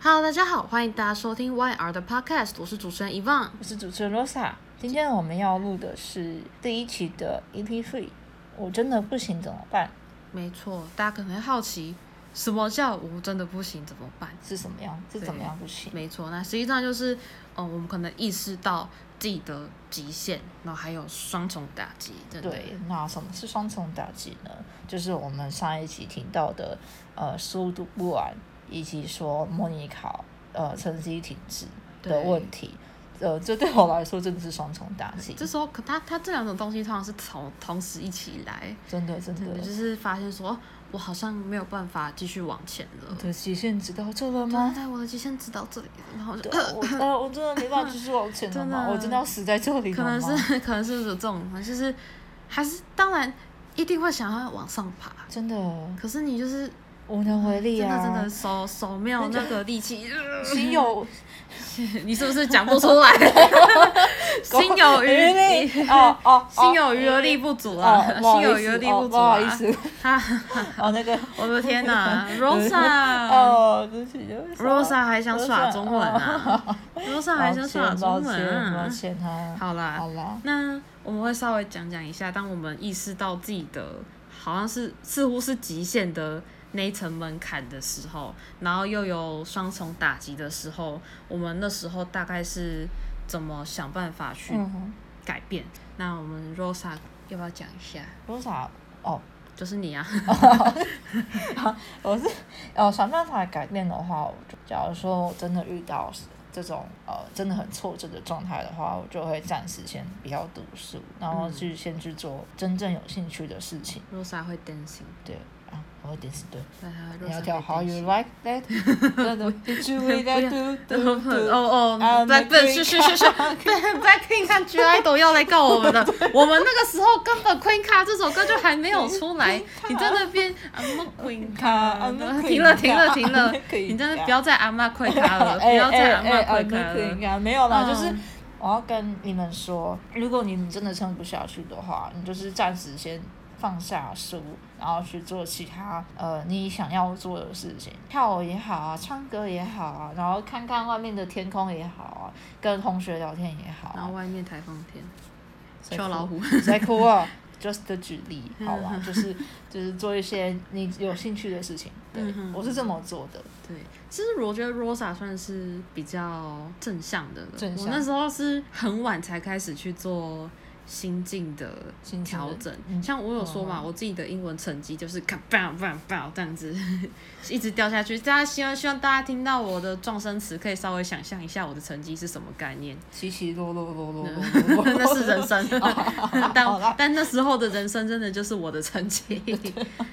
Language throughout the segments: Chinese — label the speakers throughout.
Speaker 1: Hello，大家好，欢迎大家收听 YR 的 Podcast，我是主持人 e v a n
Speaker 2: 我是主持人 Rosa。今天我们要录的是第一期的 EP Three。我真的不行怎么办？
Speaker 1: 没错，大家可能会好奇，什么叫我真的不行怎么办？
Speaker 2: 是什么样？是怎么样不行？
Speaker 1: 没错，那实际上就是，嗯、我们可能意识到自己的极限，然后还有双重打击，真的
Speaker 2: 对，那什么是双重打击呢？就是我们上一期提到的，呃，书读不完，以及说模拟考，呃，成绩停滞的
Speaker 1: 对
Speaker 2: 问题。呃，这对我来说真的是双重打击，
Speaker 1: 这时候可他他这两种东西通常是同同时一起来，
Speaker 2: 真的真
Speaker 1: 真的
Speaker 2: 的
Speaker 1: 就，是发现说，哦我好像没有办法继续往前了
Speaker 2: 我。的极限值到这了
Speaker 1: 对
Speaker 2: 吗？
Speaker 1: 对，我的极限只到这里了，然后就
Speaker 2: 对，我呃，我真的没办法继续往前 了
Speaker 1: 真
Speaker 2: 吗？
Speaker 1: 的
Speaker 2: 我真的要死在这里了
Speaker 1: 可
Speaker 2: 吗？
Speaker 1: 能是 可能是有这种，就是还是当然一定会想要往上爬，
Speaker 2: 真的
Speaker 1: 可是你就是
Speaker 2: 无能为力
Speaker 1: 真
Speaker 2: 啊！
Speaker 1: 的真的手手没有那个力 气，
Speaker 2: 心有
Speaker 1: 你是不是讲不出来？ 心有余力，
Speaker 2: 哦 哦，
Speaker 1: 心有余而力不足啊，
Speaker 2: 哦，不好
Speaker 1: 心
Speaker 2: 意
Speaker 1: 有
Speaker 2: 思
Speaker 1: 余而力
Speaker 2: 哦
Speaker 1: 不足
Speaker 2: 不好意
Speaker 1: 啊！
Speaker 2: 思，
Speaker 1: 哈，
Speaker 2: 哦那个
Speaker 1: 我的天 哪，Rosa。
Speaker 2: 哦，对不起对不起哦
Speaker 1: Rosa 还想耍中文啊！Rosa 还想耍
Speaker 2: 抱
Speaker 1: 中文
Speaker 2: 歉抱
Speaker 1: 啊！
Speaker 2: 歉哈，
Speaker 1: 好啦，
Speaker 2: 好啦，
Speaker 1: 那我们会稍微讲讲一下，当我们意识到自己的好像是似乎是极限的那一层门槛的时候，然后又有双重打击的时候，我们那时候大概是怎么想办法去
Speaker 2: 嗯
Speaker 1: 改变？那我们 Rosa 要不要讲一下？
Speaker 2: ，Rosa 哦，
Speaker 1: 就是你啊，
Speaker 2: 我是呃想办法改变的话，我就假如说我真的遇到这种呃真的很挫折的状态的话，我就会暂时先不要读书，然后
Speaker 1: 嗯
Speaker 2: 去先去做真正有兴趣的事情。
Speaker 1: ，Rosa 会 dancing，
Speaker 2: 对啊，我会点是对。
Speaker 1: 对，她会
Speaker 2: 你要
Speaker 1: Rosa
Speaker 2: 跳
Speaker 1: 会
Speaker 2: How
Speaker 1: dancing
Speaker 2: You Like That，真的 Did you really like to
Speaker 1: 对
Speaker 2: do
Speaker 1: 哦
Speaker 2: do？
Speaker 1: 哦
Speaker 2: 啊
Speaker 1: ，Blackpink
Speaker 2: McQueen
Speaker 1: 是是 是是，Blackpink 和 G IDOL 要来告我们的，我们那个时候根本 Queen 卡这首歌就还没有出来，你在啊那边 I'm not Queen 卡，
Speaker 2: I'm not 啊 Queen
Speaker 1: 停了停了停了
Speaker 2: I'm not，Queen
Speaker 1: 你真的
Speaker 2: Ka
Speaker 1: 不要再 I'm not Queen 卡了，不
Speaker 2: 哎
Speaker 1: 要再 I'm
Speaker 2: 哎哎
Speaker 1: not
Speaker 2: ，I'm
Speaker 1: Queen 卡
Speaker 2: not
Speaker 1: 了
Speaker 2: Queen，啊没有啦，
Speaker 1: 嗯
Speaker 2: 就是我要跟你们说，如果你们真的撑不下去的话，你就是暂时先放下书，然后去做其他呃你想要做的事情，跳舞也好啊，唱歌也好啊，然后看看外面的天空也好啊，跟同学聊天也好
Speaker 1: 然
Speaker 2: 啊
Speaker 1: 后，外面台风天，
Speaker 2: 所以
Speaker 1: 秋老虎，
Speaker 2: 在哭啊，just 的举例，好吧，就是就是做一些你有兴趣的事情，对
Speaker 1: 嗯哼
Speaker 2: 我是这么做的，
Speaker 1: 对，其实我觉得 Rosa 算是比较正向的了。
Speaker 2: 正向
Speaker 1: 我那时候是很晚才开始去做心境的
Speaker 2: 心境的
Speaker 1: 调整，
Speaker 2: 嗯
Speaker 1: 像我有说嘛，我自己的英文成绩就是咔 bang bang bang 这样子，一直掉下去。大家希望希望大家听到我的撞声词，可以稍微想象一下我的成绩是什么概念。
Speaker 2: 起起落落落落落落，
Speaker 1: 那是人生，
Speaker 2: 哦 好
Speaker 1: 但
Speaker 2: 啦
Speaker 1: 但那时候的人生真的就是我的成 绩，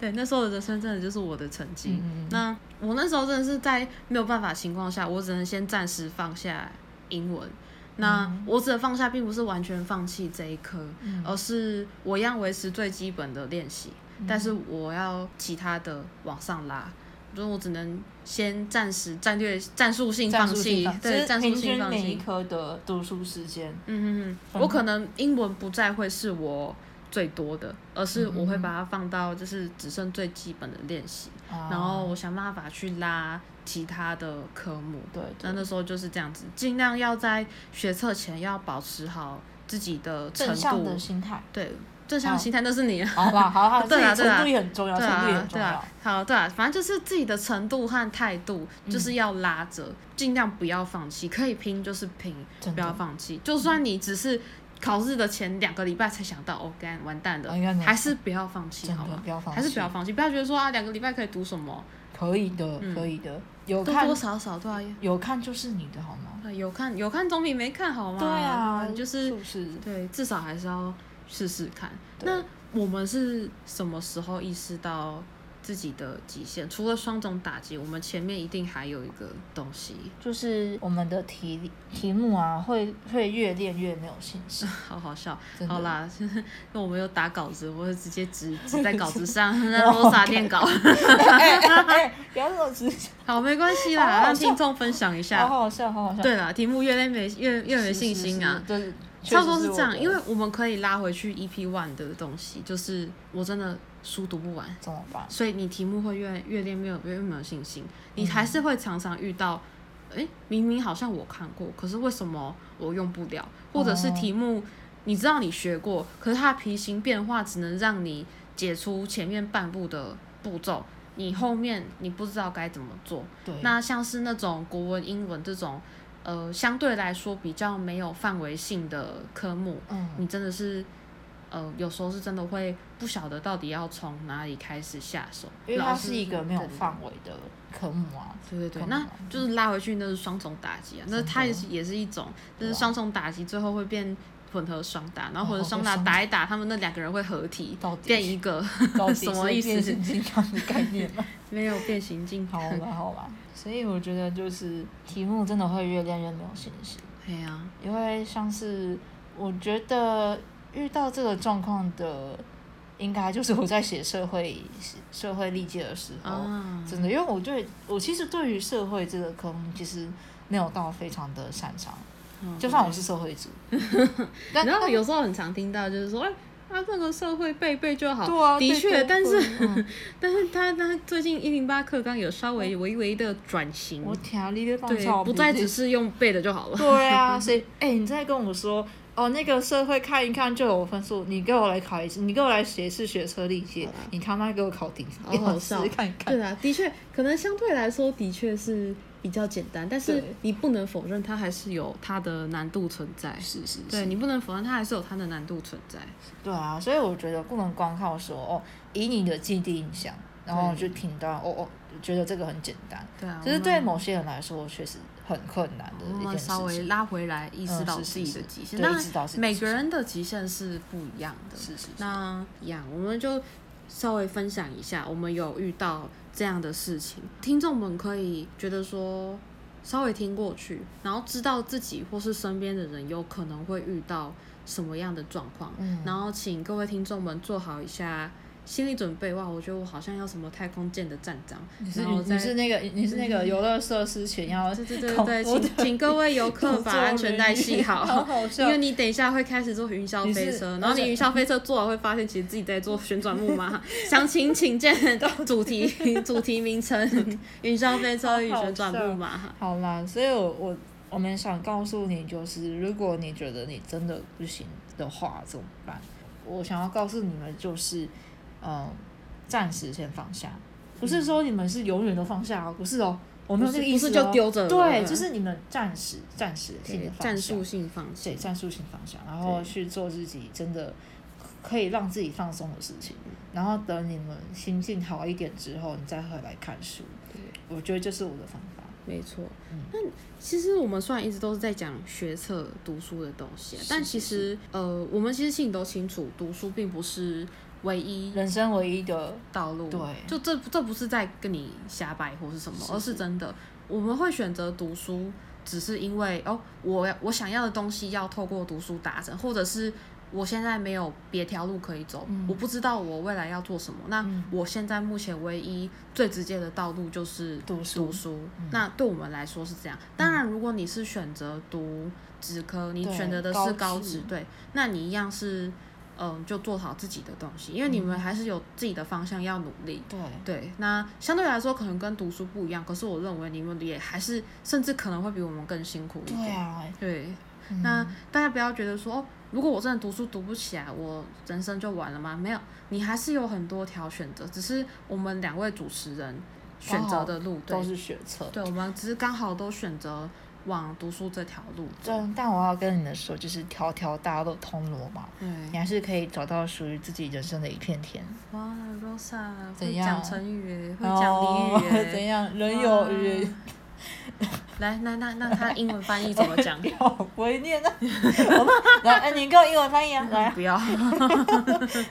Speaker 1: 对，那时候的人生真的就是我的成
Speaker 2: 嗯
Speaker 1: 绩。那我那时候真的是在没有办法情况下，我只能先暂时放下英文。
Speaker 2: 嗯
Speaker 1: 那我只能放下，并不是完全放弃这一科，而是我要维持最基本的练习，
Speaker 2: 嗯
Speaker 1: 但是我要其他的往上拉。就是我只能先暂时战略战术性放
Speaker 2: 战术性
Speaker 1: 弃
Speaker 2: 放，
Speaker 1: 对
Speaker 2: 就是
Speaker 1: 战术
Speaker 2: 平
Speaker 1: 性
Speaker 2: 均
Speaker 1: 放
Speaker 2: 每
Speaker 1: 弃
Speaker 2: 一。科的读书时间，
Speaker 1: 嗯嗯嗯，我可能英文不再会是我最多的，而是我会把它放到就是只剩最基本的练习，
Speaker 2: 啊
Speaker 1: 然后我想办法去拉其他的科目。
Speaker 2: 对
Speaker 1: 那那时候就是这样子，尽量要在学测前要保持好自己的程
Speaker 2: 正向的
Speaker 1: 度，
Speaker 2: 心态，
Speaker 1: 对正向心态，那是你啊。
Speaker 2: 好吧，好好，
Speaker 1: 对啊
Speaker 2: 自
Speaker 1: 对
Speaker 2: 己
Speaker 1: 啊
Speaker 2: 程度也很重 要，
Speaker 1: 对
Speaker 2: 程度也
Speaker 1: 啊
Speaker 2: 很，重
Speaker 1: 对啊
Speaker 2: 要，，
Speaker 1: 好，对啊，反正就是自己的程度和态度，
Speaker 2: 嗯
Speaker 1: 就是要拉着，尽量不要放弃，可以拼就是拼，
Speaker 2: 真
Speaker 1: 不要
Speaker 2: 的，
Speaker 1: 放弃。就算你只是考试的前两个礼拜才想到，哦，干完蛋了
Speaker 2: 哎呀，
Speaker 1: 还是不要放弃
Speaker 2: 真
Speaker 1: 好
Speaker 2: 的
Speaker 1: 吗？
Speaker 2: 不要放弃，
Speaker 1: 还是不要放弃，不要觉得说啊，两个礼拜可以读什么，
Speaker 2: 可以的，可以的，有
Speaker 1: 多
Speaker 2: 看
Speaker 1: 多少少对啊，
Speaker 2: 有看就是你的好吗？
Speaker 1: 对有看有看总比没看好嘛。
Speaker 2: 对啊，
Speaker 1: 就是
Speaker 2: 不是
Speaker 1: 对，至少还是要试试看。
Speaker 2: 对
Speaker 1: 那我们是什么时候意识到自己的极限？除了双重打击，我们前面一定还有一个东西。
Speaker 2: 就是我们的题题目啊，会会越练越没有信 心。
Speaker 1: 好好笑
Speaker 2: 真，的
Speaker 1: 好啦， 那我们有打稿子，我就直接 只只在稿子上，让 Rosa 念稿。
Speaker 2: 哎哎哎不要这么直接，
Speaker 1: 好，没关系啦，
Speaker 2: 哦好好
Speaker 1: 让
Speaker 2: 笑哦
Speaker 1: 听众分享一
Speaker 2: 好
Speaker 1: 下。
Speaker 2: 好笑，好好笑。
Speaker 1: 对啦，题目越来没越越没信心啊，
Speaker 2: 是，是是对，
Speaker 1: 差不多是
Speaker 2: 确实
Speaker 1: 这样，
Speaker 2: 我
Speaker 1: 因为我们可以拉回去 EP one 的东西，就是我真的书读不完，
Speaker 2: 怎么办？
Speaker 1: 所以你题目会越越练越有越没有信心，你还是会常常遇到诶，明明好像我看过，可是为什么我用不了？或者是题目你知道你学过，可是它的题型变化只能让你解出前面半部的步骤，你后面你不知道该怎么做。
Speaker 2: 对，
Speaker 1: 那像是那种国文、英文这种，呃，相对来说比较没有范围性的科目，
Speaker 2: 嗯，
Speaker 1: 你真的是，呃，有时候是真的会不晓得到底要从哪里开始下手，
Speaker 2: 因为它
Speaker 1: 老
Speaker 2: 是
Speaker 1: 师
Speaker 2: 一个没有
Speaker 1: 对对对
Speaker 2: 范围的科目啊，
Speaker 1: 对对对
Speaker 2: 干，
Speaker 1: 那
Speaker 2: 嘛
Speaker 1: 就是拉回去，那是双重打击啊。那它也是也是一种，就是
Speaker 2: 对啊
Speaker 1: 双重打击，最后会变混合双打，然后混
Speaker 2: 哦
Speaker 1: 合双打
Speaker 2: 双打
Speaker 1: 打一打，他们那两个人会合体
Speaker 2: 到底
Speaker 1: 变一个，
Speaker 2: 到底
Speaker 1: 什么意思
Speaker 2: 是变形金刚的概念吗？
Speaker 1: 没有变形金
Speaker 2: 好
Speaker 1: 刚。
Speaker 2: 吧，好吧，所以我觉得就是题目真的会越练越没有信心，
Speaker 1: 对呀，
Speaker 2: 因为像是我觉得遇到这个状况的，应该就是我在写社会社会历届的时候，
Speaker 1: 啊，
Speaker 2: 真的，因为我对我其实对于社会这个科目其实没有到非常的擅长，
Speaker 1: 嗯
Speaker 2: 就算我是，社 会组，但
Speaker 1: 然后
Speaker 2: 但
Speaker 1: 有时候很常听到就是说，哎，啊，这个社会背背就好。
Speaker 2: 对啊，
Speaker 1: 的
Speaker 2: 对
Speaker 1: 确
Speaker 2: 对
Speaker 1: 但
Speaker 2: 对嗯
Speaker 1: 但是他他最近一零八课纲有稍微微微的转型，
Speaker 2: 嗯我条例被放
Speaker 1: 对
Speaker 2: 照，
Speaker 1: 不
Speaker 2: 片
Speaker 1: 再
Speaker 2: 这
Speaker 1: 只是用背的就好 了。
Speaker 2: 对啊，所以哎、你再跟我说哦，那个社会看一看就有分数，你给我来考一次，你给我来写一次学车历届，你他妈给我考顶
Speaker 1: 好好笑
Speaker 2: 试看一看。
Speaker 1: 对啊，的确，可能相对来说的确是比较简单，但是
Speaker 2: 对
Speaker 1: 你不能否认它还是有它的难度存在。
Speaker 2: 是是
Speaker 1: 对
Speaker 2: 是，
Speaker 1: 你不能否认它还是有它的难度存在。
Speaker 2: 对啊，所以我觉得不能光靠说哦，以你的既定印象，然后
Speaker 1: 对
Speaker 2: 就听到哦哦，觉得这个很简单，
Speaker 1: 对啊，
Speaker 2: 只是
Speaker 1: 我们
Speaker 2: 对某些人来说确实很困难的
Speaker 1: 我
Speaker 2: 一
Speaker 1: 们
Speaker 2: 件
Speaker 1: 稍
Speaker 2: 事
Speaker 1: 微
Speaker 2: 情。
Speaker 1: 拉回来，意识
Speaker 2: 嗯
Speaker 1: 到
Speaker 2: 是
Speaker 1: 自己
Speaker 2: 是
Speaker 1: 的
Speaker 2: 是
Speaker 1: 极限。
Speaker 2: 对
Speaker 1: 当
Speaker 2: 意
Speaker 1: 然
Speaker 2: 识到自己的
Speaker 1: 每
Speaker 2: 极
Speaker 1: 个人的极限是不一样的。
Speaker 2: 是是是，
Speaker 1: 那一样，我们就稍微分享一下，我们有遇到这样的事情，听众们可以觉得说稍微听过去，然后知道自己或是身边的人有可能会遇到什么样的状况，
Speaker 2: 嗯
Speaker 1: 然后请各位听众们做好一下。心理准备哇，我觉得我好像要什么太空舰的站长，
Speaker 2: 你是
Speaker 1: 然后
Speaker 2: 你
Speaker 1: 再嗯
Speaker 2: 你是那个你是那个游乐设施前要
Speaker 1: 对对对
Speaker 2: 恐
Speaker 1: 对，
Speaker 2: 怖的
Speaker 1: 请请各位游客
Speaker 2: 工
Speaker 1: 把
Speaker 2: 作
Speaker 1: 安全
Speaker 2: 人
Speaker 1: 带
Speaker 2: 员
Speaker 1: 系
Speaker 2: 好好
Speaker 1: 因
Speaker 2: 笑
Speaker 1: 为。你等一下会开始坐云霄
Speaker 2: 啊你
Speaker 1: 飞
Speaker 2: 是
Speaker 1: 车，
Speaker 2: 而
Speaker 1: 然后你
Speaker 2: 且
Speaker 1: 云霄飞车坐完会发现，其实自己在做旋转木马。 详情请见主 题主题名称：云霄飞车与
Speaker 2: 好
Speaker 1: 旋转木
Speaker 2: 笑
Speaker 1: 马。
Speaker 2: 好啦，所以我我我们想告诉你，就是如果你觉得你真的不行的话，怎么办？我想要告诉你们就是，嗯，暂时先放下，不是说你们是永远都放下哦，不是哦，我没有
Speaker 1: 不
Speaker 2: 这
Speaker 1: 是
Speaker 2: 个
Speaker 1: 不
Speaker 2: 意思、
Speaker 1: 是
Speaker 2: 哦，
Speaker 1: 就丢着了
Speaker 2: 对，就是你们暂时暂时性的
Speaker 1: 对
Speaker 2: 放下，
Speaker 1: 战术性放弃。
Speaker 2: 对战术性方向，然后
Speaker 1: 对
Speaker 2: 去做自己真的可以让自己放松的事情，然后等你们心境好一点之后，你再回来看书。
Speaker 1: 对
Speaker 2: 我觉得这是我的方法。
Speaker 1: 没错
Speaker 2: 嗯。
Speaker 1: 那其实我们虽然一直都是在讲学测读书的东西啊，
Speaker 2: 是
Speaker 1: 但
Speaker 2: 是
Speaker 1: 其实呃，我们其实心里都清楚，读书并不是唯一
Speaker 2: 人生唯一的
Speaker 1: 道路。
Speaker 2: 对
Speaker 1: 就这这不是在跟你瞎掰或是什么，
Speaker 2: 是
Speaker 1: 而是真的，我们会选择读书，只是因为哦，我我想要的东西要透过读书达成，或者是。我现在没有别条路可以走，
Speaker 2: 嗯
Speaker 1: 我不知道我未来要做什么。那
Speaker 2: 嗯
Speaker 1: 我现在目前唯一最直接的道路就是
Speaker 2: 读书嗯
Speaker 1: 读书，那对我们来说是这样。当然，如果你是选择读职科，你
Speaker 2: 对
Speaker 1: 选择的
Speaker 2: 高
Speaker 1: 是高
Speaker 2: 职
Speaker 1: 职，对，那你一样是，嗯，就做好自己的东西，因为你们还是有自己的方向要努力。
Speaker 2: 对，
Speaker 1: 对，那相对来说可能跟读书不一样，可是我认为你们也还是，甚至可能会比我们更辛苦一
Speaker 2: 对
Speaker 1: 点。
Speaker 2: 啊，
Speaker 1: 对，
Speaker 2: 嗯
Speaker 1: 那大家不要觉得说，哦，如果我真的读书读不起来，我人生就完了吗？没有，你还是有很多条选择，只是我们两位主持人选择的路对
Speaker 2: 哦都是学测。
Speaker 1: 对，我们只是刚好都选择往读书这条路走。
Speaker 2: 但但我要跟你们说，就是条条大路通罗马，你
Speaker 1: 对，
Speaker 2: 还是可以找到属于自己人生的一片天。
Speaker 1: 哇，Rosa
Speaker 2: 怎
Speaker 1: 会
Speaker 2: 样
Speaker 1: 讲成语耶，会讲俚语
Speaker 2: 哦怎
Speaker 1: 耶。
Speaker 2: 样？人有余
Speaker 1: 哇来，那那那他英文翻译怎么讲？
Speaker 2: 有为念 啊！我们来，哎，你给我英文翻译啊！ 来，
Speaker 1: 不要，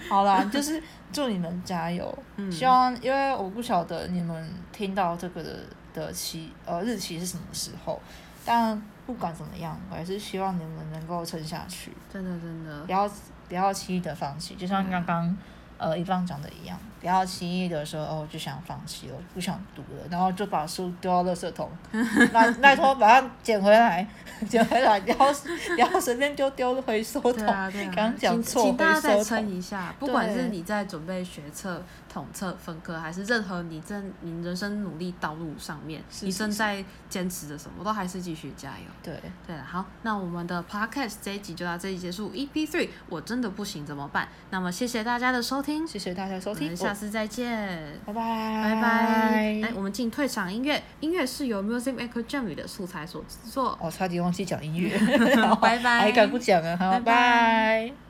Speaker 2: 好啦，就是祝你们加油。
Speaker 1: 嗯
Speaker 2: 希望，因为我不晓得你们听到这个的的期呃日期是什么时候，但不管怎么样，我还是希望你们能够撑下去，
Speaker 1: 真的真的
Speaker 2: 不，要不要轻易的放弃。就像刚刚呃，一方讲的一样，不要轻易的说哦，我就想放弃了，不想读了，然后就把书丢到垃圾桶， 拜拜托把它捡回来， 捡回来，不要不要随便丢丢回收桶。
Speaker 1: 对啊，对啊，
Speaker 2: 刚刚讲
Speaker 1: 请
Speaker 2: 错
Speaker 1: 请大
Speaker 2: 回
Speaker 1: 家再
Speaker 2: 收
Speaker 1: 撑
Speaker 2: 桶。
Speaker 1: 一下，不管
Speaker 2: 对
Speaker 1: 是你在准备学测、统测、分科，还是任何你正你人生努力道路上面，
Speaker 2: 是
Speaker 1: 你
Speaker 2: 是
Speaker 1: 正
Speaker 2: 是
Speaker 1: 在坚持着什么，都还是继续加油。
Speaker 2: 对，
Speaker 1: 对了，啊好，那我们的 podcast 这一集就到这里结束，EP three 我真的不行怎么办？那么谢谢大家的收听，
Speaker 2: 谢谢大家收
Speaker 1: 我
Speaker 2: 听，
Speaker 1: 们嗯
Speaker 2: 我
Speaker 1: 下次再见。
Speaker 2: 拜拜，
Speaker 1: 拜哎拜！来，我们进退场音乐，音乐是由 Music Maker Jam 里的素材所制作。 ，
Speaker 2: 我差点忘记讲音乐
Speaker 1: 拜拜
Speaker 2: 还敢不讲啊？好，
Speaker 1: 拜拜
Speaker 2: 拜拜